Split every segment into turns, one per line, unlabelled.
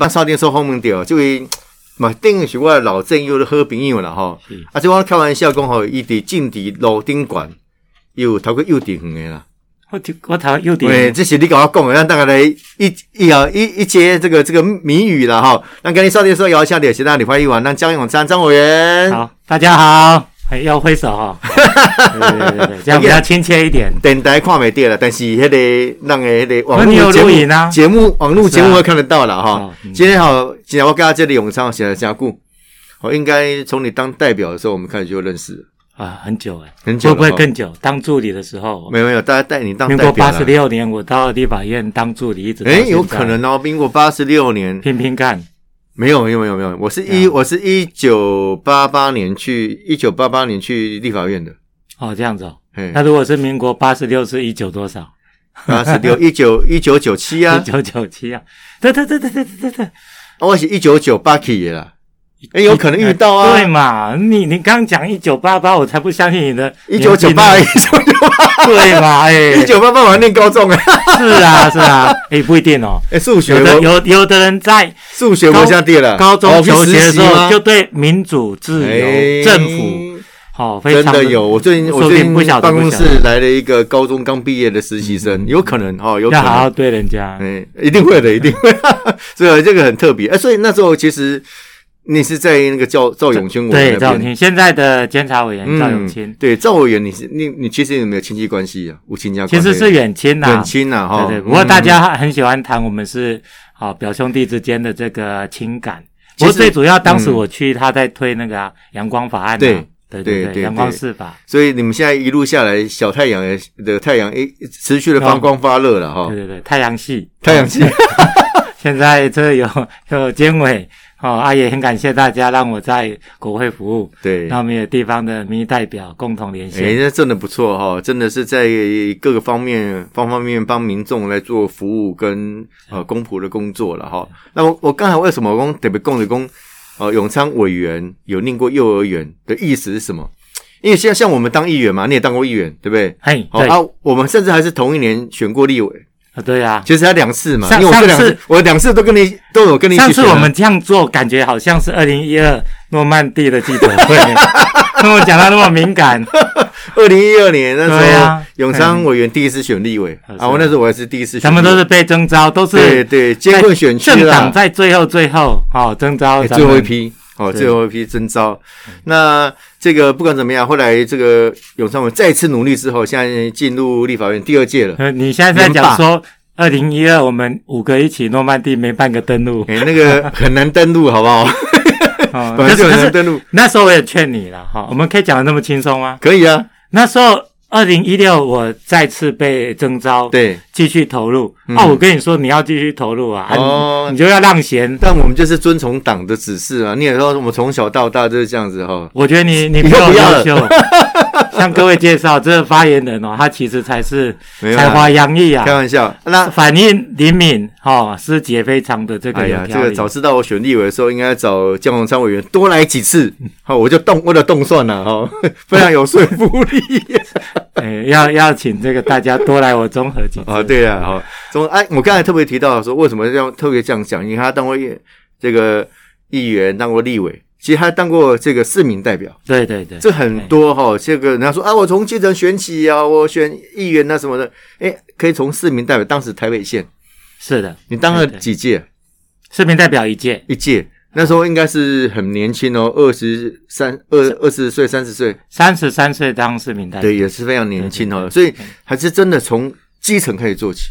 捌扫顶所访问着即位。嘛，等于是我的老战友的好朋友啦吼
是。
啊，即我开玩笑讲吼，伊伫政治路顶悬，伊有头过幼稚园的啦。
我头我头有
喂，
点，
这是你跟我讲的，咱大概来一一啊一一节这个这个谜语了哈。那跟你少天说摇一下脸，是让你欢迎完，让江永昌张委员。
好，大家好，哎要挥手 哈、对对对对，这样比较亲切一点。
电台看没到了，但是那个那个那个网
那你
络
有
节
录
目
影啊？
节目网络节目
是啊
会看得到了哈
哦。嗯
今天好，今天我跟他这里永昌写了加固，我哦应该从你当代表的时候，我们开始就认识了。
啊，很久哎，
很久了
会不会
哦
更久？当助理的时候，
没有没有，大家带你当
哦民
代
国
表
八十
了。
六年，我到立法院当助理，一直到
哎，
现
有
在
可能哦，民国八十六年
拼拼看。
没有没有没有没有，我是一、
啊
我是一九八八年去一九八八年去立法院的，
哦，这样子哦。
嘿
那，如果是民国八十六是一九多少？
八十六一九一九九七啊哦
一，九九七啊！对对对对对对对，
我是一九九八起的啦，哎，有可能遇到啊
对，嘛？你你刚讲一九八八，我才不相信你的
一
年
九九
纪呢。
八一九九
对嘛？ 哎，
一九八八我还念高 中啊，
是啊是啊，哎不一定哦。
哎，数学
有的
我
有有的人在
数学我下地了，
高中
哦去
求学的
实
时
习
候
吗
就对民主、自
哎
由、政府，好非
真
常
的有，我最近我最
说
近
不定不晓得
办公
不晓
室来了一个高中刚毕业的实习生，有可能哈，有可
要好
能
好。对人家。
嗯，一定会的，一定会。 所以这个很特别。哎、所以那时候其实你是在那个赵赵永军委
对
员嗯
赵
那
永
边，嗯
清，现在的监察委员赵永清，
对赵委员你，是你你其实有没有亲戚关系啊？无亲家
其
关系
实是远亲呐
很，亲哦呐、哈。
对对，不过大家很喜欢谈我们是啊表兄弟之间的这个情感。
嗯其
不
实嗯
过最主要，当时我去他在推那个啊阳光法案啊，
对对
对对
对
对，阳光释法，
所以你们现在一路下来，小太阳也的太阳诶，持续的发光发热了哈
对。对对，太阳系，
太 阳系，
现在这有有监委 哦，啊也很感谢大家让我在国会服务，
对，
那我们有地方的民意代表共同连
哎、
线，
那真的不错哈、真的是在各个方面、方方面面帮民众来做服务跟呃公仆的工作了哈、那我我刚才为什么我刚特别供的供，呃，永昌委员有念过幼儿园的意思是什么？因为像像我们当议员嘛，你也当过议员，对不对？
嘿，
好、
对啊，
啊，我们甚至还是同一年选过立委，
对啊。
其实他两次嘛，因
上
为我这两
上
次
次
我两次都跟你都有跟你一起
上次
选啊
我们这样做，感觉好像是二零一二诺曼底的记者 会，那我讲到那么敏感，
二零一二年那
对
时候、
啊
永昌委员第一次选立委，
嗯
啊，我那时候我还是第一次选立委，
咱们都是被征召，都
对
是
对，监
在
控选区
政
啦
党，在最后最后哦征召
哎
咱
最后一
们嗯
批哦，
是
最后一批征招。那这个不管怎么样，后来这个永昌文再次努力之后，现在进入立法院第二届了。，
呃，你现在在讲说二零一二我们五个一起诺曼底没半个登陆
哎，那 个很难登录，好不好？
哦，
本
但
来就是很
但
难
是
登录，
那时候我也劝你了哈、我们可以讲的那么轻松吗？
可以啊，
那时候二零一六我再次被征召，，
对。
继续投入。
嗯
啊，我跟你说你要继续投入啊，啊你
哦
你就要让贤。
但我们就是遵从党的指示啊。你也说我们从小到大就是这样子哈。
我觉 得你你
以
比
后
我
不要了
优秀。 向各位介绍，这个发言人哦，他其实才是
没有
才
啦，
华洋溢啊
开，玩笑。那
反应灵敏哦，师姐非常的这个
哎
有啊
呀，这
条
个
理。
早知道我选立委的时候，应该找江宏昌委员多来几次，好，我就动我的动算了哈，非常有说服力。
哎，要要请这个大家多来我综合几 次
啊，对了，好，中哎，我刚才特别提到说，为什么要特别这样讲？因为他当过议这个议员，当过立委，其实他当过这个市民代表，
对对对，
这很多哈、这个人家说啊，我从基层选起啊，我选议员啊什么的，哎，可以从市民代表。当时台北县，
是的，
你当了
对对
几届？啊
市民代表一届，
一届。那时候应该是很年轻哦，二十三、二二十岁、三十岁，
三十三岁当市民代表，
对，也是非常年轻哦，所以还是真的从基层开始做起。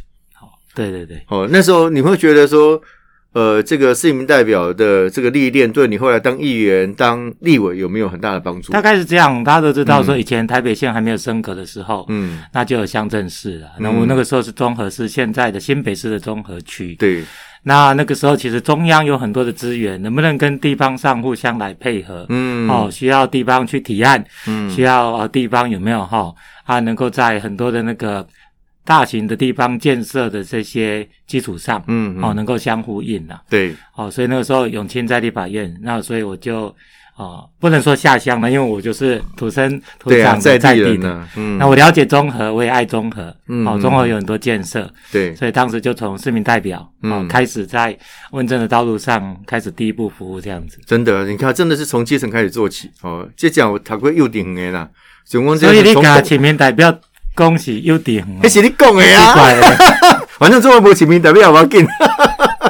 对对对，
哦，那时候你会觉得说，呃，这个市民代表的这个历练，对你后来当议员、当立委有没有很大的帮助
大？概是这样，大家都知道说以前台北县还没有升格的时候，
嗯，
那就有乡镇市了。那我那个时候是综合市，现在的新北市的综合区。
对，
那那个时候其实中央有很多的资源，能不能跟地方上互相来配合？
嗯，
哦，，需要地方去提案，
嗯
需要呃地方有没有哈、啊，能够在很多的那个大型的地方建设的这些基础上，
嗯，
哦，
哦，
能够相呼应呐、
对，
哦，所以那个时候永清在立法院，那所以我就哦，不能说下乡了，因为我就是土生土
对啊，
长的
在
在
地
地
人
的。
呢，嗯，
那我了解中和，我也爱中和。
嗯
哦，中和有很多建设，
对，
所以当时就从市民代表哦
嗯
开始在问政的道路上开始第一步服务这样子。
真的，你看，真的是从基层开始做起哦。这讲我读过幼稚园的啦，总共
所以你
从
讲前面代表恭喜优 点，
那
奇
是你讲的啊，
怪了。
反正中文不起名代表我要进。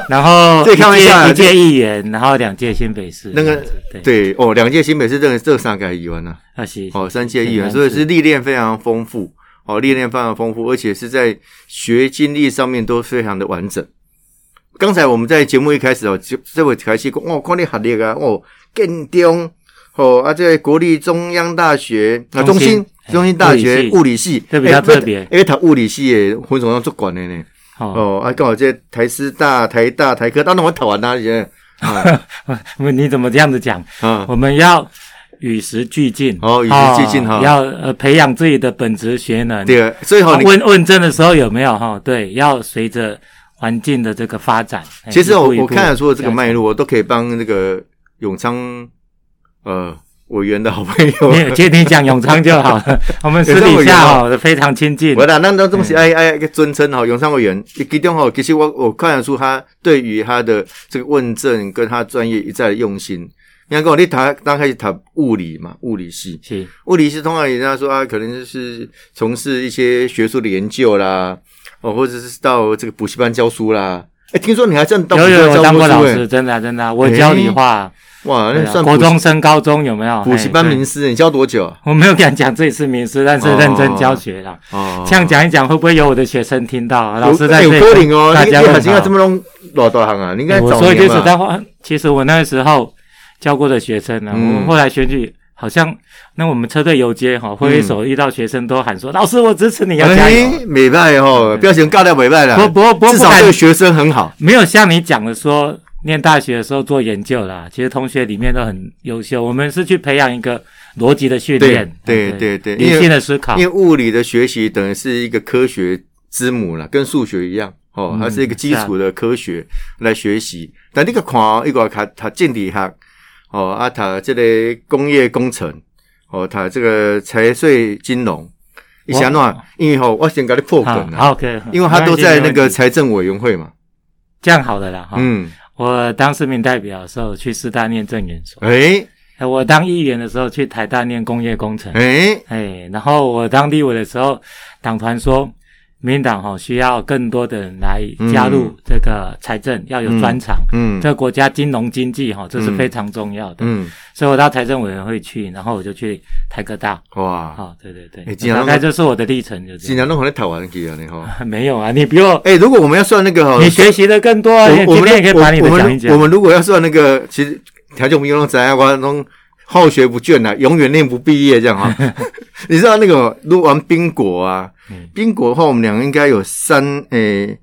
然后
这
一
开玩笑啊
届一
这
届议员，然后两届新北市，
那个
这样子对，
对哦，两届新北市这这三届议员呢、
二十一
啊，哦，三届议
对
员，
三
所以
届
是历练非常丰富，哦，历练非常丰富，而且是在学经历上面都非常的完整。刚才我们在节目一开始哦，就这位开始讲哦，看你学历啊，哦，建中，哦啊，在国立中央大学啊，中
中
心
心
中心
哎
大
物理
学
系
物理系，
这比较
哎不
特别
因为他物理系的分总要做管的呢。
哦，
哦，啊，刚好这台师大、台大、台科大，那我讨完啦，现在 啊
你怎么这样子讲？
啊，
我们要与时俱进，
哦与时俱进哈
要呃培养自己的本职学能。
对啊，所以
啊
哈，你
问问政的时候有没有哈？对，要随着环境的这个发展。哎
其实我
一步一步
我看得出这个脉
了
络，我都可以帮那个永昌呃委员的好朋
解。
友。
你接你讲永昌就好 了，我们私
永昌
底
委员
下
啊
哦非常亲近
我。啦，那那
嗯
东西哎哎一个尊称哈，永昌委员，其中哈，其实我我看得出他对于他的这个问政跟他专业一再的用心。你看，跟我你谈刚开始谈物理嘛，物理系，
是
物理是通常人家说啊，可能就是从事一些学术的研究啦，哦，或者是到这个补习班教书啦。哎、听说你还真的到补
有
习
有
班
我
教
当
过
过
书、
老
欸
师，？真的啊真的啊，我教你画，
哇，
对
那
啊
算
国
补习
中升高中有没有
补习班？
哎
名师，你教多久啊？
对我没有敢讲自己是名师，但是认真教学啦。
哦
这样讲一讲，会不会有我的学生听到啊？老师在
有
这
哎
里
有可能哦，
大
你你
家
好
问
像这
好。哎
么弄老大行啊，你应该
我
早
说一句
年
实
吧？
在话，其实我那时候教过的学生呢，
嗯
我后来选举。好像那我们车队游街哈，挥手遇到学生都喊说：“老师，我支持你，要加油
嗯哎，美拜哦，表情尬掉美拜！”
不
了，
不不，
至
不
少
敢
对学生很好。
没有像你讲的说，念大学的时候做研究啦，其实同学里面都很优秀。我们是去培养一个逻辑的训练，
对
哎
对对因为
理性的思考
因为。物理的学习等于是一个科学之母了，跟数学一样哦，
嗯啊
它是一个基础的科学来学习。但你个看哦，一个他他进理学哦，啊，他这个工业工程哦，他这个财税金融，你想哪？因为吼、我先给你破梗啊
好
了，
好，OK，
因为他都在那
没关啊
个
系
财政委员会嘛，
这样好了啦。哈、
嗯，
我当市民代表的时候去师大念政研所，
哎
哎我当议员的时候去台大念工业工程，
哎，
哎，然后我当立委的时候，党团说。民进党哈、需要更多的人来加入这个财政，要有专长。
嗯
这个国家金融经济哈、这是非常重要的。
嗯，
所以我到财政委员会去，然后我就去台科大。
哇，
哦，对对对，
哎竟然
大概就是我的历程就
竟
这样。
然都和你台湾去了呢吼。
没有啊，你比我，
哎、如果我们要算那个哈，
你学习的更多啊。你
我我
今天也可以把你的
我
讲一
们我
讲。
们如果要算那个，其实条件不用怎样，我弄好学不倦呐、啊，永远念不毕业这 样哈、你知道那个如果玩冰果啊
嗯，
冰果的话，我们两个应该有三诶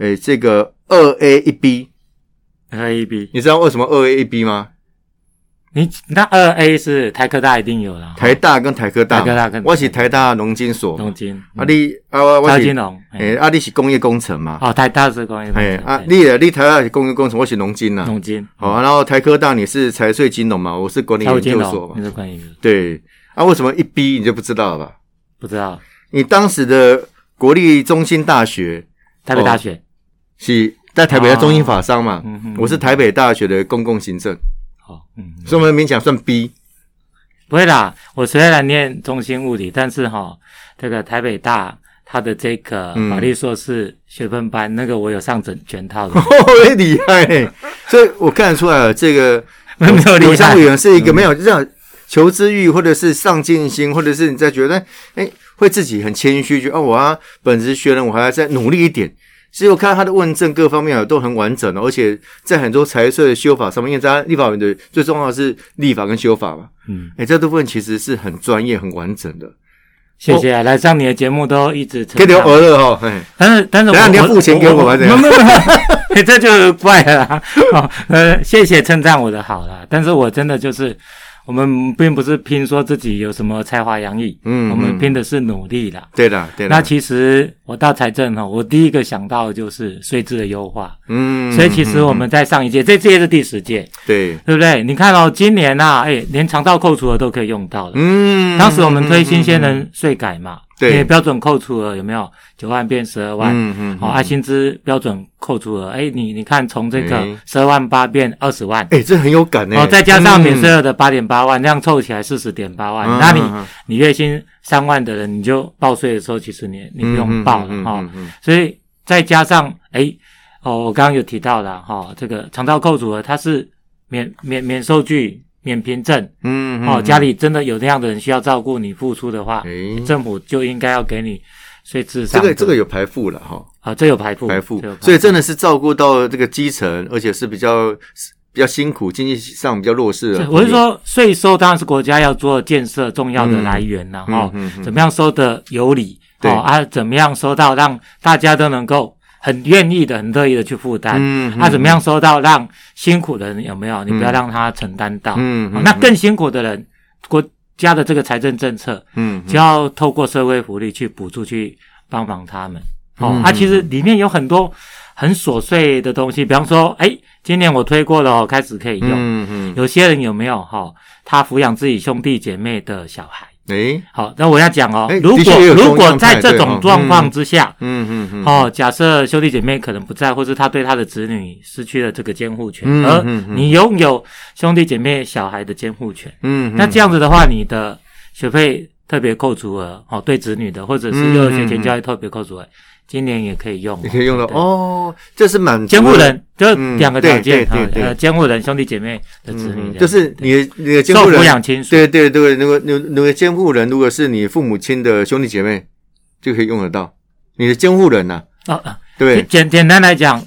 诶、这个二 A 一 B，
二 A B，
你知道为什么二 A 一 B 吗？
你那二 A 是台科大一定有了，
台大跟台科大嘛，
台科大跟
我是台大农经所嘛，
东京
啊你啊我我
超金
是
融，
诶、
哎，
啊你是工业工程嘛，
哦，台大是工业工
诶、
程，
啊
对
你也你台大是工业工程，我是农经呐、
东京
好、啊，然后台科大你是财税金融嘛，我是管理
超
研
金
究所
融嗯
嘛，，
你是关于
对啊，为什么一逼你就不知道了吧？
不知道
你当时的国立中心大学
台北大学，
是在台北的中心法商嘛？
嗯哼
我是台北大学的公共行政，
好，嗯，嗯
所以我们勉强算 B。
不会啦，我虽然念中心物理，但是哈，这个台北大它的这个
嗯，
法律硕士学分班，那个我有上整全套的
哦，很厉害、所以我看得出来了，这个
没有厉
柳湘
害
委。员是一个没有这样求知欲，或者是上进心，或者是你在觉得哎、会自己很谦虚，觉得哦，我要本职学人，我还要再努力一点。其实我看到他的问政各方面啊都很完整哦，而且在很多财税的修法上面，因为大家立法委员的最重要的是立法跟修法嘛，
嗯，
哎、这部分其实是很专业、很完整的，
谢谢啊，来上你的节目都一直成
可以留
长。
额了哦，哎，
但是但是我，
等一下你要付钱给我还是
没有没有，没有 这就怪了啦。哦，呃，谢谢称赞我的好啦，但是我真的就是我们并不是拼说自己有什么才华洋溢，
嗯
我们
嗯
拼的是努力啦。
对的，对的。
那其实我到财政哈，我第一个想到的就是税制的优化，
嗯，
所以其实我
嗯
们在上一届，这届是第十届，
嗯对，
对不对？你看哦，今年呐、啊，哎，连肠道扣除额都可以用到了。
嗯，
当时我们推新鲜
嗯，
人税改嘛，
对
因为标准扣除额有没有九万变十二万？
嗯嗯，
好、
嗯
按薪资标准扣除额，哎，你你看从这
哎
个十二万八变二十万，
哎，这很有感呢。
哦，再加上免税
嗯，
额的八点八万，这样凑起来四十点八万。
嗯
那你
嗯
你月薪三万的人，你就报税的时候，其实你你不用报了哈、哦。，
嗯嗯嗯嗯嗯
所以再加上哎，哦，我刚刚有提到了哈、这个肠道扣除额它是免免免收据、免凭证
嗯嗯，
哦，
嗯
家里真的有那样的人需要照顾你付出的话，
哎，
政府就应该要给你税制
这
上
个
的
这个有排付了哈，
啊、这有排付
排付
这有，排
所以真的是照顾到这个基层，而且是比较比较辛苦，经济上比较弱势
对
的。
我是，说，税收当然是国家要做建设重要的来源了
嗯
哈、
嗯嗯
怎么样收的有理，
对
哦啊，怎么样收到让大家都能够很愿意的、很乐意的去负担。
嗯
啊，怎么？样收到让辛苦的人有没有？你不要让他承担到。
嗯
哦那更辛苦的人，国家的这个财政政策
嗯嗯
就要透过社会福利去补助去帮忙他们。哦，
嗯
啊，
嗯
其实里面有很多很琐碎的东西，比方说，哎，今年我推过了哦，开始可以用。
嗯嗯，
有些人有没有哈、他抚养自己兄弟姐妹的小孩。
哎，
好，那我要讲哦
哎，
如
的确
果
也有这种
如果
样态
在这
对
种
哦
状况
嗯
之下，
嗯嗯嗯，
哦，假设兄弟姐妹可能不在，或是他对他的子女失去了这个监护权，
嗯
而
嗯嗯
你拥有兄弟姐妹小孩的监护权，
嗯，嗯
那这样子的话，你的学费特别扣除额哦，对子女的或者
嗯
是幼儿学前教育特别扣除额，今年也可以用哦，
你可以用到
对
哦，这是满足
监护人，就
嗯
两个
对
条
对对
件啊，
对
呃，监护人兄弟姐妹的
嗯
子女这样，
就是你的你的监
受
护人
抚养亲属，
对对对，那个那个那个监护人，如果是你父母亲的兄弟姐妹，就可以用得到。你的监护人呐、
啊啊，
对，
简简单来讲，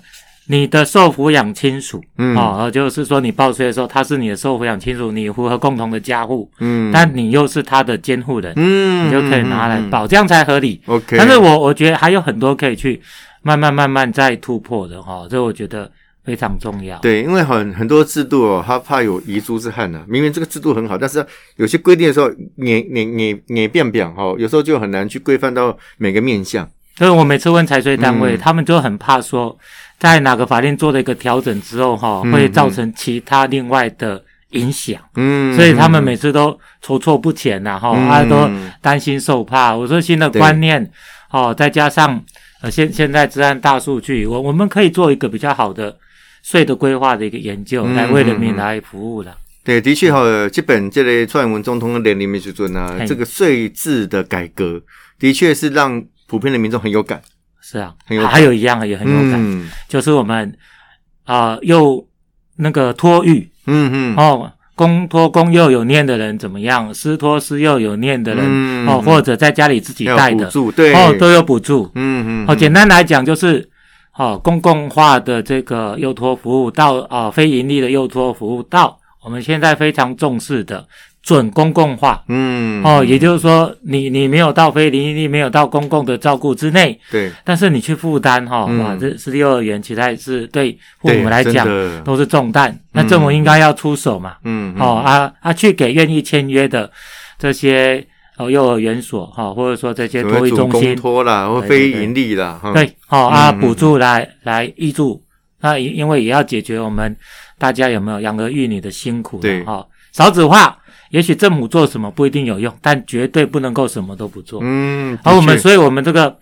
你的受抚养亲属，
嗯
哦，呃就是说你报税的时候，他是你的受抚养亲属，你符合共同的家户，
嗯，
但你又是他的监护人，
嗯
你就可以拿来、报，这样才合理。
嗯嗯 OK，
但是我我觉得还有很多可以去慢慢慢慢再突破的哈、哦，这我觉得非常重要。
对，因为很很多制度哦，他怕有遗珠之憾呢、明明这个制度很好，但是有些规定的时候，你你你你变变哈，有时候就很难去规范到每个面向。
所以我每次问财税单位，
嗯
他们就很怕说，在哪个法令做了一个调整之后哈、
嗯
会造成其他另外的影响。
嗯，
所以他们每次都筹措不前呐、哈、
嗯
啊都担心受怕。我说新的观念，哦，再加上呃现现在治安大数据，我我们可以做一个比较好的税的规划的一个研究，
嗯
来为人
嗯
民
嗯
来服务了。
对，的确哈，基本这类蔡英文总统的年龄没水准啊，
嘿
这个税制的改革的确是让普遍的民众很有感，
是啊，
很有
还有一样也很有感，
嗯
就是我们啊、又那个托育
嗯嗯，
哦。公托公幼有念的人怎么样？私托私幼有念的人、
嗯
哦，或者在家里自己
要
带
补
的
助，对，
哦，都有补助。
嗯嗯，
好、简单来讲就是，哦，公共化的这个幼托服务到啊、非盈利的幼托服务到我们现在非常重视的准公共化。
嗯，
哦，也就是说你，你没有到非盈利，没有到公共的照顾之内，
对，
但是你去负担哈、
嗯
哇，这私立幼儿园其实还是对父
对
母来
真
讲
的
都是重担，那政府应该要出手嘛。
嗯嗯
哦啊啊，去给愿意签约的这些呃幼儿园所哈、或者说这些
所谓
托育
主
中
公
心，
托啦，或
对
非
对对
盈利啦，哈，
对，哦啊，
嗯嗯
补助来来挹注，那因因为也要解决我们大家有没有养儿育女的辛苦
对
了哈、哦。少子化，也许政府做什么不一定有用，但绝对不能够什么都不做。
嗯，
而、我们
的确
所以我们这个，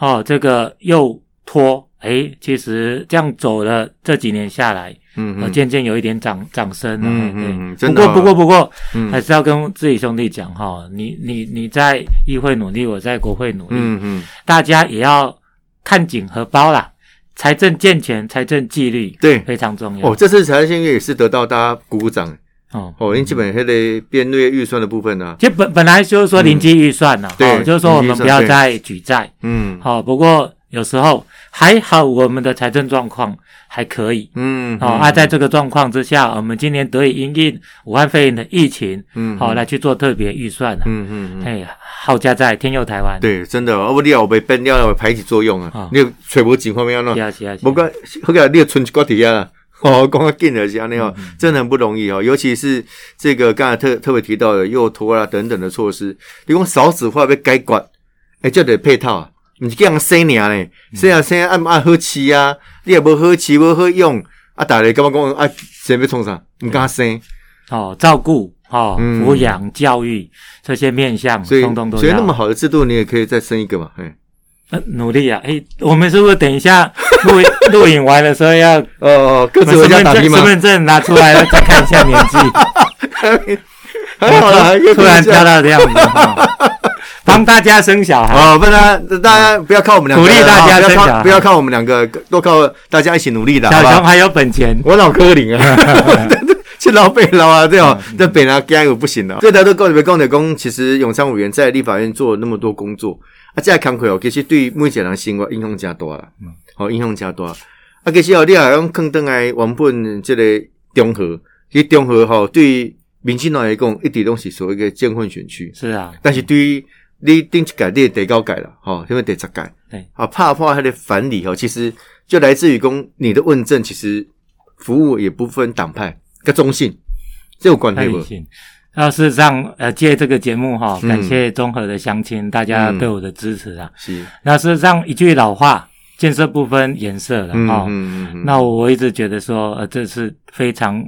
哦，这个幼托，诶，其实这样走了这几年下来，
嗯
呃，
嗯
渐渐有一点涨涨升了。
嗯
对
嗯嗯真
不
的
过不过不过，
嗯
还是要跟自己兄弟讲哈、你你你在议会努力，我在国会努力。
嗯嗯，
大家也要看紧荷包啦。财政健全、财政纪律
对，
非常重要。
哦，这次财政月也是得到大家鼓鼓掌，
哦，
哦，因为基本黑的编列预算的部分啊呢，
其实本本来就是说零基预算呐、
对
哦，就是说我
零
们
基
不
预算
要再举债。
嗯
好、哦，不过有时候还好，我们的财政状况还可以。
嗯，
哦，啊，在这个状况之下，我们今年得以因应武汉肺炎的疫情，
嗯
好、哦、来去做特别预算啊。
嗯嗯嗯。
哎，好家在天佑台湾。
对，真的，我你要被变掉，排挤作用啊
啊！
你吹无钱方面
是
呢？
啊，是啊，是啊
不过，好个你要存一个底啊， 哦，光个进的是安尼哦，真的很不容易哦。尤其是这个刚才特特别提到的幼托啦等等的措施，你讲少子化被解决，哎、这得配套啊。毋是叫人生尔呢，生啊生啊，按按好饲啊，你也无好饲，无好用，啊，逐个感觉讲啊，生要创啥？毋敢生，
哦，照顾哦，
嗯
抚养、教育这些面向，
所以
通通都
所以
要
那么好的制度，你也可以再生一个嘛，嘿。
呃努力啊！诶，我们是不是等一下录影 录影完的时候要
哦哦，各
把
自
身
回家
份
打
证
拼吗
身？份证拿出来了，再看一下年 纪？
还哎好啦，
突突然
跳
跳到这 样子，哦帮大家生小孩。
哦，不然大家不要靠我们两个，
鼓励大家
啊不要
生小
靠
孩
不要靠我们两个，多靠大家一起努力的，好啊
小
吧？
熊还有本钱，
我老柯林 啊，去老北老啊，对哦，
嗯
在北南干有不行了。所以大家都告诉别讲的讲，其实永昌委员在立法院做了那么多工作，啊，这工课哦，其实对每一个人生活影响真大啦，
嗯
好、影响真大。啊，其实哦，你也用坑登来原本这个中和，其实中和吼、对民进党来讲，一直都是所谓的建混选区。
是啊，
但是对于你顶一届你的第九届啦，吼、因为第十届，
对，
啊，怕怕他的反理吼，其实就来自于公你的问政，其实服务也不分党派跟中性，这有关
太
系
理
不？
性。那事实上，呃，借这个节目哈、
嗯
感谢综合的乡亲、大家
嗯
对我的支持啊。
是，
那事实上，一句老话，建设不分颜色了
嗯
哈、
嗯嗯
那我一直觉得说，呃，这是非常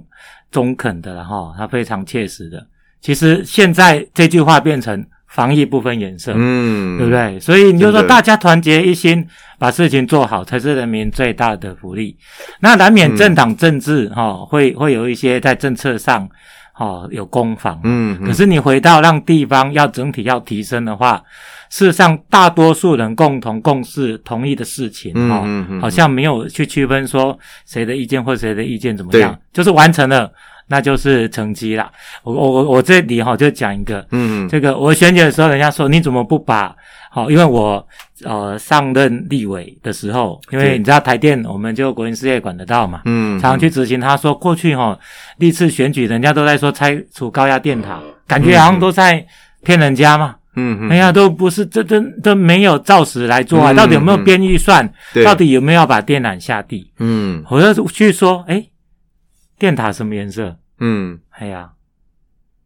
中肯的了哈、它非常切实的。其实现在这句话变成防疫不分颜色，
嗯，
对不？对？所以你就
真
说
的
大家团结一心，把事情做好，才是人民最大的福利。那难免政党政治哈、哦，会会有一些在政策上哦有攻防。
嗯，
可是你回到让地方要整体要提升的话，事实上大多数人共同共识同意的事情
嗯
哈、
嗯嗯
好像没有去区分说谁的意见或谁的意见怎么样，就是完成了，那就是成绩啦。我我我我这里哈、就讲一个，
嗯，
这个我选举的时候，人家说你怎么不把好、因为我呃上任立委的时候，因为
对
你知道台电我们就国营事业管得到嘛，
嗯，
常常去执行。他说过去哈、历次选举人家都在说拆除高压电塔，感觉好像都在骗人家嘛。
嗯嗯，
哎呀，都不是这这都没有照实来做啊，
嗯
到底有没有编预算？
对
到底有没有把电缆下地？
嗯
我就去说，哎，电塔什么颜色？
嗯，
哎呀，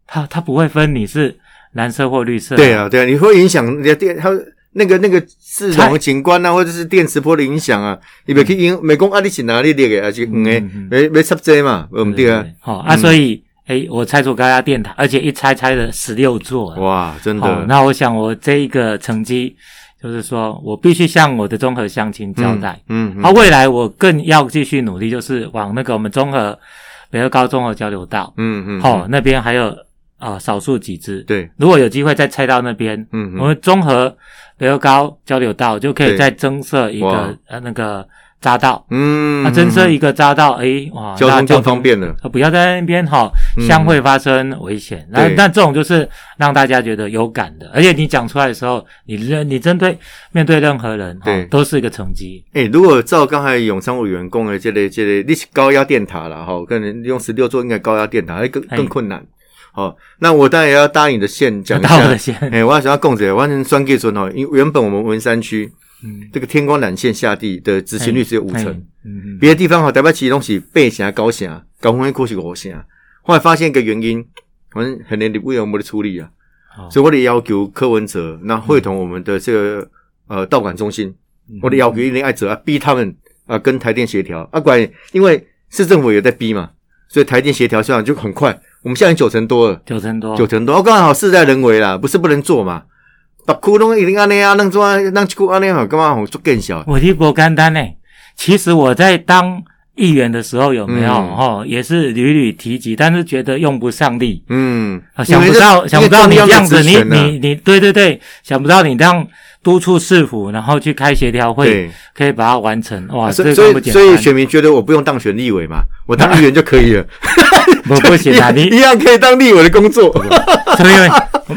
它它不会分你是蓝色或绿色、
对，啊，对啊，你会影响人家电，他那个那个市
菜
容的景观啊，或者是电磁波的影响啊，你别去影，美工啊，你是哪里列的，还是红的
嗯嗯，
没没插针嘛，我
对
们对啊，。
好、哦、啊，
嗯
所以诶，我拆除高压电塔，而且一拆拆了十六座。
哇，真
好、
的，
那我想我这一个成绩，就是说我必须向我的综合乡亲交代。
嗯，嗯，
好、未来我更要继续努力，就是往那个我们综合北二高综合交流道，
嗯嗯，
好、
嗯，
那边还有啊、少数几支。
对，
如果有机会再拆到那边，
嗯
我
嗯，
们综合北二高交流道就可以
对
再增设一
哇
个呃那个匝道，
嗯，
啊，增设一个匝道，诶，哇，
交
那
通更方便了，
呃，不要在那边哈，
嗯
相会发生危险。那
对
那这种就是让大家觉得有感的，而且你讲出来的时候，你认你针对面对任何人哈
对，
都是一个成绩。
哎、如果照刚才永昌委员讲的这类、这类，你是高压电塔啦，哈，可能用十六座应该高压电塔，还更
哎
更困难。好、那我当然也要搭你的线讲一
到了
下。
先，
哎、我要想要供者，完全双给准哦，因为原本我们文山区
嗯，
这个天光缆线下地的执行率只有五成，
嗯，嗯，
别的地方哈，台北市东西背峡、高峡、高峰科是五成，啊后来发现一个原因，我们很年底为什么的处理啊？
好
所以我得要求柯文哲，那会同我们的这个呃道馆中心，
嗯
我的要求一定爱者啊，逼他们啊跟台电协调啊，管因为市政府也在逼嘛，所以台电协调上就很快，我们现在九成多了，
九成多，
九成多，啊，刚好事在人为啦，不是不能做嘛，把窟窿一定安那啊，弄做弄去窟安那好，干嘛好做更小？
我的不干单呢。其实我在当议员的时候有没有
嗯
哈，也是屡屡提及，但是觉得用不上力。
嗯
啊，想不到，想不到你这样子，你
啊
你你，对对对，想不到你这样督促市府，然后去开协调会，
对，啊
可以把它完成，哇，啊这
所以所
个更不
以
简
所以
单，
选民觉得我不用当选立委 嘛，我当议员就可以了，
不不行啊，
一
你
样可以当立委的工 作。
所以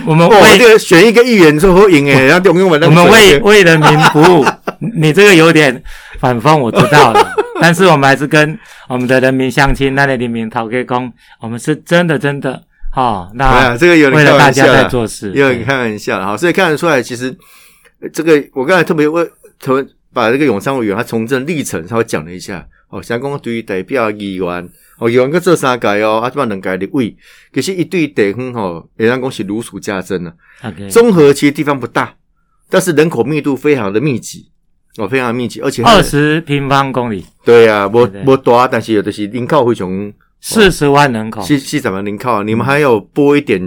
我们
哦， 我
为
这个选一个议员之后赢 哎，然后用用我
我们为为人民服务，你这个有点反讽，我知道了，但是我们还是跟我们的人民相亲，那里人民讨个公，我们是真的真的哈，那
啊，这个有
为
点开
了大
玩笑啊
家在
啦。
做事，
因为开玩笑啦哈，所以看得出来，其实呃这个我刚才特别为特把这个永昌委员他从政历程稍微讲了一下，哦，想讲对代表议员，哦，议员个做三届哦，啊，即摆两届立委，其实伊对地方吼，会当讲是如数家珍啊。
OK，
综合其实地方不大，但是人口密度非常的密集，哦，非常的密集，而且它的
二十平方公里，
对啊，无
对
无大，但是有的是人口非常
四十万人口。
哦是是怎么人口啊？你们还有拨一点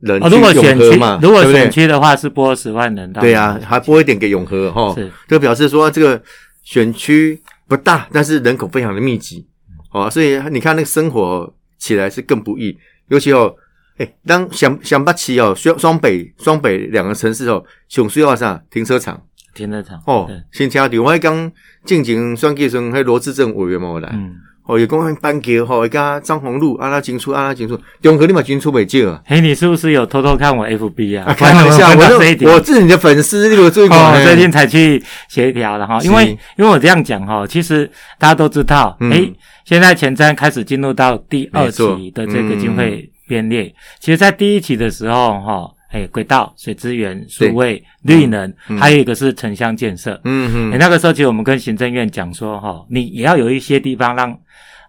人
哦，如果
去
选
永
区
和嘛，，
如果
对不对
选区的话是拨十万人到。
对啊，哦还拨一点给永和哈，
是
这表示说这个选区不大，但是人口非常的密集哦，所以你看那个生活起来是更不易，尤其哦，哎，当想想不起哦，双双北双北两个城市哦，熊需要啥停车场
停车场。
哦
对，
新车场，我刚进前选计时候，迄罗志政委员嘛有来，
嗯，
哦，有讲班桥吼，伊甲张宏路啊，拉进出啊，拉进出，永和你嘛进出袂少啊。
嘿，你是不是有偷偷看 我 FB 啊？
开玩笑，
不然我
我
们这一
是
点。
我是你的粉丝，你有注意 过？
哦，
嘿
最近才去协调了哈，因为
是
因为我这样讲哈，其实大家都知道，
嗯
诶、现在前瞻开始进入到第二期的这个
没错嗯
经费编列，其实，在第一期的时候哈，诶，轨道、水资源、
对
数位、绿能，
嗯
还有一个是城乡建设。
嗯
诶，
嗯，
那个时候其实我们跟行政院讲说哈，你也要有一些地方让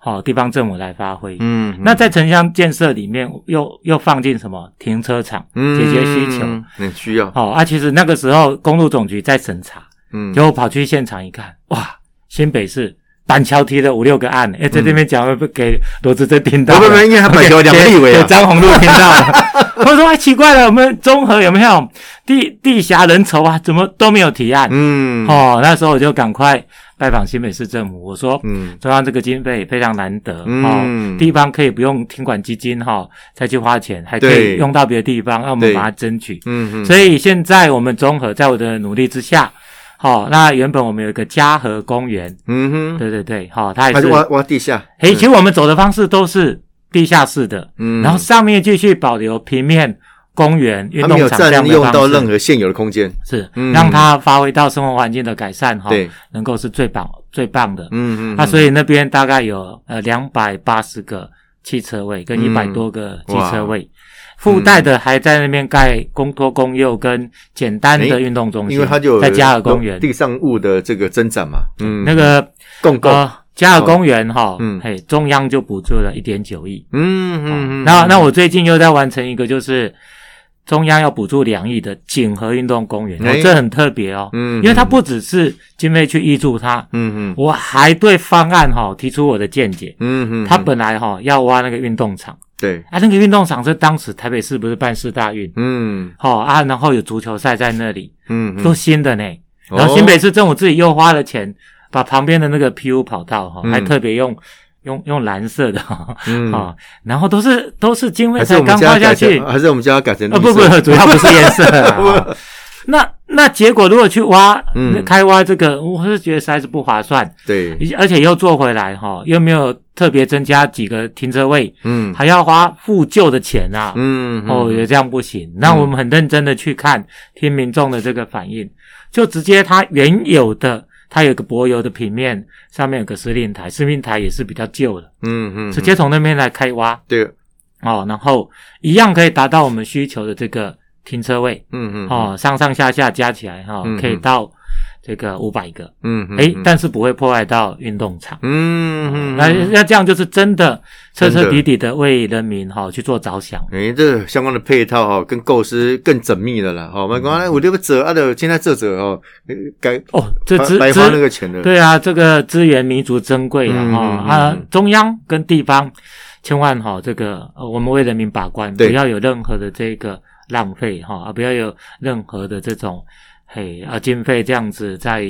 好地方政府来发挥。
嗯，
那在城乡建设里面又又放进什么停车场，
嗯
解决需求。，
很需要，
好、啊，其实那个时候公路总局在审查，
嗯，
结果跑去现场一看，哇，新北市板桥提了五六个案，哎、在这边讲会不会给罗志珍听
嗯
到
不
了？
不不，因为他板桥有两个立委
给
啊
给，张宏禄听到 了。我说哎，奇怪了，我们综合有没有地地狭人稠啊？怎么都没有提案？
嗯，
哦，那时候我就赶快拜访新北市政府，我说，
嗯，
中央这个经费非常难得、
嗯
哦，地方可以不用听管基金哈、哦、再去花钱，还可
对
以用到别的地方，让我们
对
把它争取。
嗯嗯，
所以现在我们综合在我的努力之下，好、那原本我们有一个嘉禾公园，
嗯哼，
对对对，好、它也
还
是
是，挖挖地下，
诶，其实我们走的方式都是地下室的，
嗯
然后上面继续保留平面公园、运
他
动
没有
场这样
占
的
用到
方式
任何现有的空间，
是、
嗯
让它发挥到生活环境的改善哈、
对，
能够是最棒最棒的。
嗯嗯，
啊那所以那边大概有呃两百八十个汽车位跟一
嗯
百多个机车位，附带的还在那边盖公托公幼跟简单的
诶
运动中心，
因为他就有
在嘉禾公园
地上物的这个增长嘛，嗯，
那个
共购，
呃嘉禾公园哈，
哦嗯
嘿中央就补助了一点九亿，哦
嗯嗯嗯，
那那我最近又在完成一个就是。中央要补助两亿的锦和运动公园，哦
诶，
这很特别哦，
嗯
因为它不只是经费去挹注它，
嗯嗯
我还对方案哈、提出我的见解，
嗯嗯，
他本来哈、要挖那个运动场
对，
啊，那个运动场是当时台北市不是办四大运，
嗯
哦啊，然后有足球赛在那里，
嗯，哦
都新的呢。然后新北市政府自己又花了钱，把旁边的那个 PU 跑道哈、
嗯
还特别用用用蓝色 的哈、
嗯
哦然后都是都是经费
还是我
才
们
刚
家
花下
改
去
成，呃还是我们家改成
啊不不，主要不是颜色 啊。哦那那结果如果去挖，
嗯
那开挖这个，我是觉得实在是不划算，
对，
而且又做回来哈、又没有特别增加几个停车位，
嗯
还要花复旧的钱啊。
嗯
哦，也这样不行。那我们很认真的去看，听民众的这个反应，就直接它原有的，它有个柏油的平面，上面有个司令台，司令台也是比较旧的，
嗯嗯，
直接从那边来开挖
对，嗯
哦，然后一样可以达到我们需求的这个停车位
嗯嗯，
哦，上上下下加起来哈、
嗯
可以到这个五百个，
嗯嗯，
诶，但是不会破坏到运动场。
嗯嗯，
那那这样就是真的彻
真
彻
的
底底的为人民哈、去做着想。
诶，这个相关的配套哈、跟构思更缜密的啦。好、哦，我们讲
嗯
哎，我这个折啊的，现在这折哦，呃该
哦，这
白
资
白花那
资
个钱的。，
对啊，这个资源弥足珍贵了
嗯
哈
嗯嗯
啊
嗯，
中央跟地方千万哈，这个呃我们为人民把关，不
对
要有任何的这个浪费哈，啊，不要有任何的这种嘿啊经费这样子在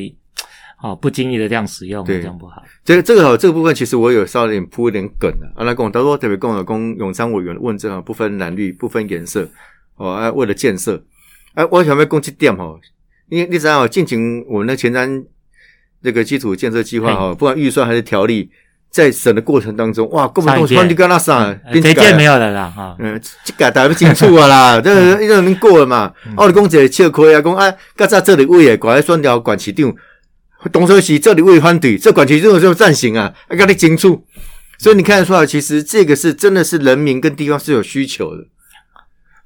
哦不经意的这样使用，
对
这样不好。
这个这个、哦、这个部分，其实我有稍微铺一点梗啊。啊，那跟我他说特别跟我公永昌委员问政啊，不分蓝绿，不分颜色，哦，啊，为了建设，啊，我想要讲这点哦，因为你知道哦，近前我们的前瞻那个基础建设计划哦，不管预算还是条例，在审的过程当中，哇，根本都
上一届
穿你干那啥，
呃这件没有了啦哈，
嗯，这个大家都清楚啊 啦，这个已经过了嘛。
嗯
啊，我讲一个笑亏啊，讲啊，较早这里位诶，管哎选调管市长，当初是这里位反对，这管市长就赞成啊，啊，跟你清楚。所以你看得出来，其实这个是真的是人民跟地方是有需求的。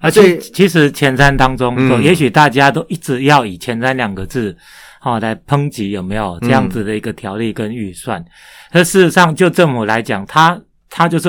而
所
且
以
啊其实前瞻当中，
嗯
也许大家都一直要以前瞻两个字好、来抨击有没有
嗯
这样子的一个条例跟预算。那、事实上，就政府来讲，它它就是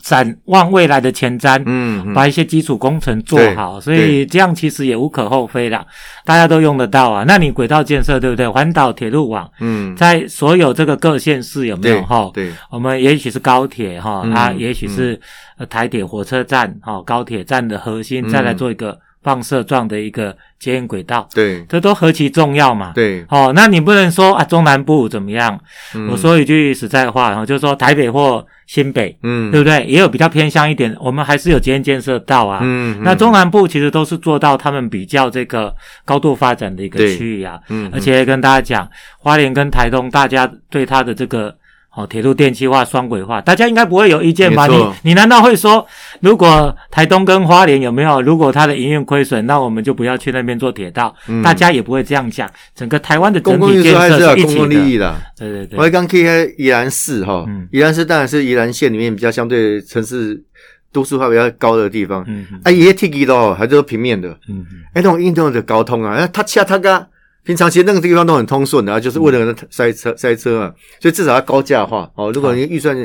展望未来的前瞻，
嗯，嗯
把一些基础工程做
对
好，所以这样其实也无可厚非啦，大家都用得到啊。那你轨道建设对不对？环岛铁路网
嗯，
在所有这个各县市有没有
对
哈？
对，
我们也许是高铁哈，
嗯
啊，也许是呃台铁火车站哈，高铁站的核心，
嗯
再来做一个放射状的一个接应轨道，
对
这都何其重要嘛。
对，
哦，那你不能说啊，中南部怎么样？
嗯
我，说一句实在话哈，就是说台北或新北，
嗯，
对不对？也有比较偏向一点，我们还是有捷运建设到啊。
嗯，嗯
那中，南部其实都是做到他们比较这个高度发展的一个
对
区域啊，
嗯，
而且跟大家讲，花莲跟台东，大家对它的这个哦铁路电气化、双轨化，大家应该不会有意见吧？
没
你
错
你难道会说，如果台东跟花莲有没有，如果它的营运亏损，那我们就不要去那边做铁道？
嗯
大家也不会这样讲。整个台湾的整
公共
体
运
建
输还是
设
要
是一
公
起
共
的，
利益的。
对对对
我，刚 K 开宜兰市哈
嗯，
宜兰市当然是宜兰县里面比较相对城市都市化比较高的地方。
嗯嗯
啊，也铁轨咯，还就是平面的，
嗯，
哎，那种运动的高通啊，那他恰他嘎，平常其实那个地方都很通顺的、啊，就是为了塞车塞车啊，所以至少要高价化哦。如果你预算，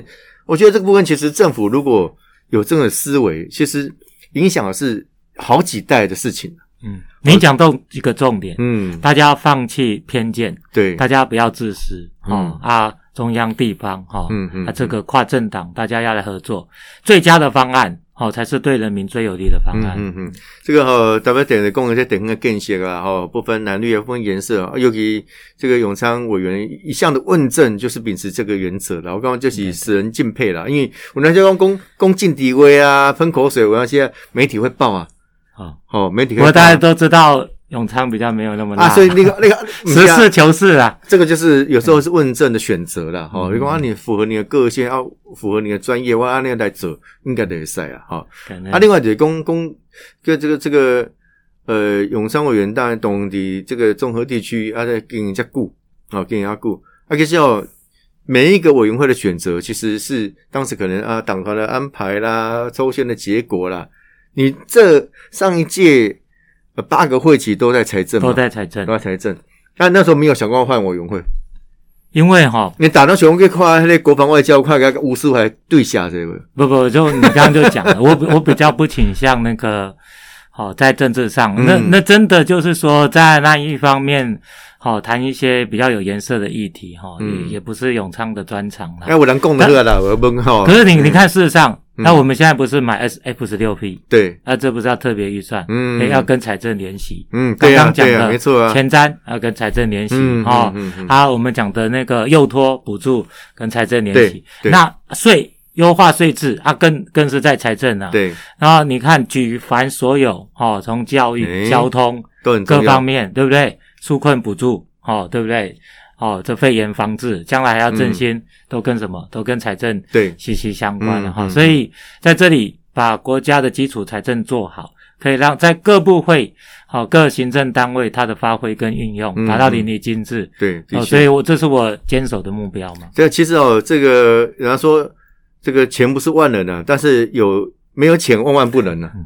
我觉得这个部分其实政府如果有这种思维，其实影响的是好几代的事情。
嗯你讲到一个重点，
嗯，
大家要放弃偏见，
对，
大家不要自私，哦、
嗯
啊，中央地方哈，哦、
嗯嗯
啊，这个跨政党大家要来合作，最佳的方案哦，才是对人民最有利的方
嗯
案。
嗯嗯，这个哈、咱们等的功能在等个更些啦哈，不分蓝绿，也不分颜色啊。尤其这个永昌委员一向的问政就是秉持这个原则啦。我刚刚就是使人敬佩啦，因为我那些公公公进敌威啊，喷口水，我那些媒体会报啊，
哦，
哦，媒体
不
会
过
报
大家都知道，永昌比较没有那么辣
啊，所以那个那 个
实
你
事
看
求是啊，
这个就是有时候是问政的选择啦。哈、
嗯
如果啊你符合你的个性，要、符合你的专业，我按那个来走，应该得赛啊，哈、
可能
啊，另外就是公公跟这个这个呃，永昌委员当然懂的这个综合地区啊，在给人家顾啊，给人家顾啊，可是哦，每一个委员会的选择其实是当时可能啊，党团的安排啦，抽签的结果啦，你这上一届呃八个会期都在财政嘛，
都在财政
都，在财政。但那时候没有想过要换委员会，
因为哦哈、
你打到熊可以跨那国防外交，快给乌苏还对下这个，
不不，就你刚刚就讲了，我比我比较不倾向那个，好、在政治上，那
嗯
那真的就是说在那一方面，好、谈一些比较有颜色的议题，哈、
嗯
也也不是永昌的专长啦。
哎，我能供的啦，我问哈
可，是你你看，事实上，
哦嗯
那我们现在不是买 S F 十六 P，
对，
那这不是要特别预算，
嗯
哎要跟财政联系，
嗯，对呀、
刚刚讲
对呀、
的
没错啊，
前瞻要跟财政联系，
嗯
哦，
嗯嗯嗯
啊，我们讲的那个幼托补助跟财政联系
对，对
那税优化税制啊，更更是在财政啊，
对，
然后你看，举凡所有哦，从教育、
诶
交通
都哎很
各
重
方
要。
面，对不对？纾困补助哦，对不对？哦，这肺炎防治，将来还要
嗯
振兴，都跟什么？都跟财政
对，
息息相关了
嗯
哈、
嗯
所以在这里把国家的基础财政做好，可以让在各部会、好、各行政单位它的发挥跟运用，
嗯
达到
嗯
淋漓尽致。
对，的
哦，
确。
所以我这是我坚守的目标嘛。
这其实哦，这个人家说这个钱不是万能的、啊但是有没有钱万万不能呢、啊
嗯。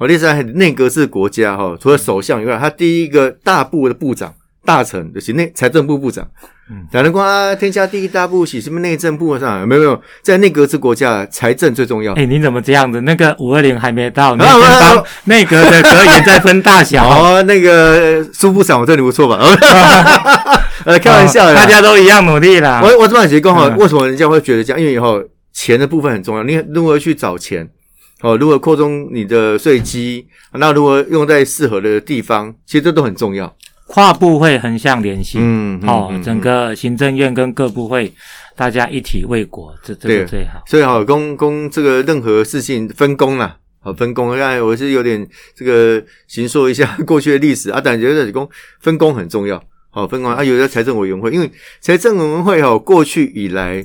我历史上内阁制国家哈、哦，除了首相以外，他第一个大部的部长、大臣就是内财政部部长
嗯。
哪能光啊，天下第一大部是什么内政部上？没有没有，在内阁制国家，财政最重要。
哎，你怎么这样子？那个五二零还 没到，你先
啊啊啊
帮内阁的阁员再分大 小。
哦，那个苏部长，我对你不错 吧？ 呃，开玩笑的啦，
哦大家都一样努力啦。
我我这么解刚好，
啊嗯
为什么人家会觉得这样？因为以后钱的部分很重要，你如何去找钱，哦，如何扩充你的税基，那如何用在适合的地方，其实这都很重要。
跨部会横向联系，
嗯
哦，
嗯嗯
整个行政院跟各部会大家一起为国，这这是
对
最好。
所以哈、公公这个任何事情分工啦、啊，分工。刚才我是有点这个行说一下 过去的历史啊，但觉得公分工很重要。好、分工啊，有的财政委员会，因为财政委员会哦，过去以来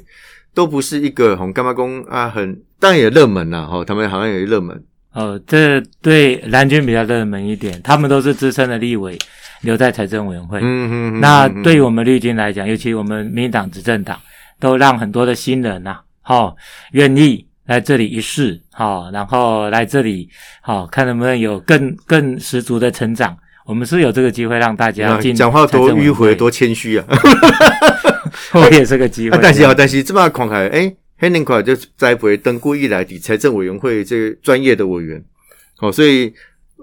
都不是一个红干妈公啊，很当然也热门啦，哈、他们好像也热门，
哦，这对蓝军比较热门一点，他们都是资深的立委，留在财政委员会。
嗯嗯，
那对于
我
我们绿军来讲，尤其我们民进党执政党，都让很多的新人呐、哦，愿意来这里一试，哦，然后来这里，好、看能不能有更更十足的成长。我们是有这个机会让大家进
讲话多
财政委
迂
员
回，
会，
多谦虚啊！
我也是个机会
啊，。但是啊，但是这么看开，哎、黑人款就栽培登故意来的财政委员会这个专业的委员，哦，所以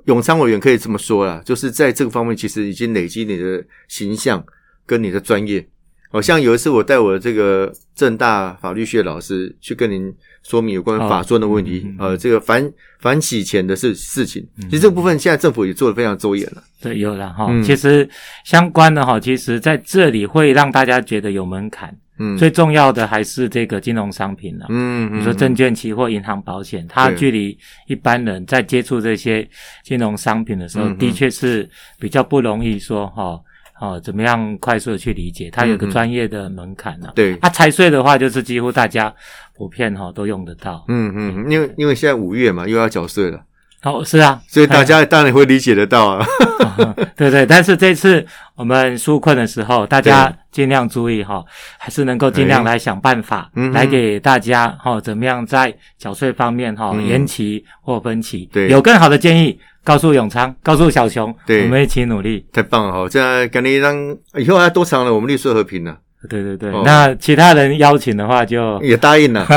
永昌委员可以这么说啦，就是在这个方面其实已经累积你的形象跟你的专业。哦，像有一次我带我这个正大法律系的老师去跟您说明有关
哦
法尊的问题，
嗯嗯嗯
呃，这个反反洗钱的事事情，其实这部分现在政府也做的非常周延了。
对，有了哈。
嗯
其实相关的哈，其实在这里会让大家觉得有门槛。
嗯，
最重要的还是这个金融商品了。
嗯，嗯
你说证券、期货、银行、保险，它
对
距离一般人在接触这些金融商品的时候，
嗯嗯
的确是比较不容易说哈哦怎么样快速的去理解，它有个
嗯嗯
专业的门槛呢、啊。
对，
啊，财税的话，就是几乎大家普遍哈、都用得到。
嗯嗯，嗯因为因为现在五月嘛，又要缴税了。
哦，是啊，
所以大家当然会理解得到
哎
啊。
对对，但是这次我们纾困的时候，大家尽量注意哈、还是能够尽量
哎
来想办法，
嗯哼
来给大家哈、怎么样在缴税方面哈、
嗯
延期或分期，
对
有更好的建议，告诉永昌，告诉小熊，
对
我们一起努力。
太棒了哈！这样赶紧让以后要啊多长了，我们绿色和平呢、
对对对，
哦
那其他人邀请的 话就
也答应了，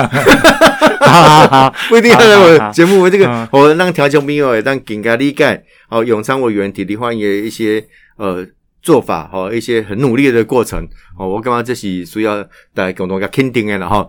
好好好，
不一定要来
好 好
我节目。我这
嗯
个我让调整朋友也让更加理解哦，永昌委员体力欢迎一些呃做法哦，一些很努力的过程哦。我感觉这是需要大家共同给肯定的了哈。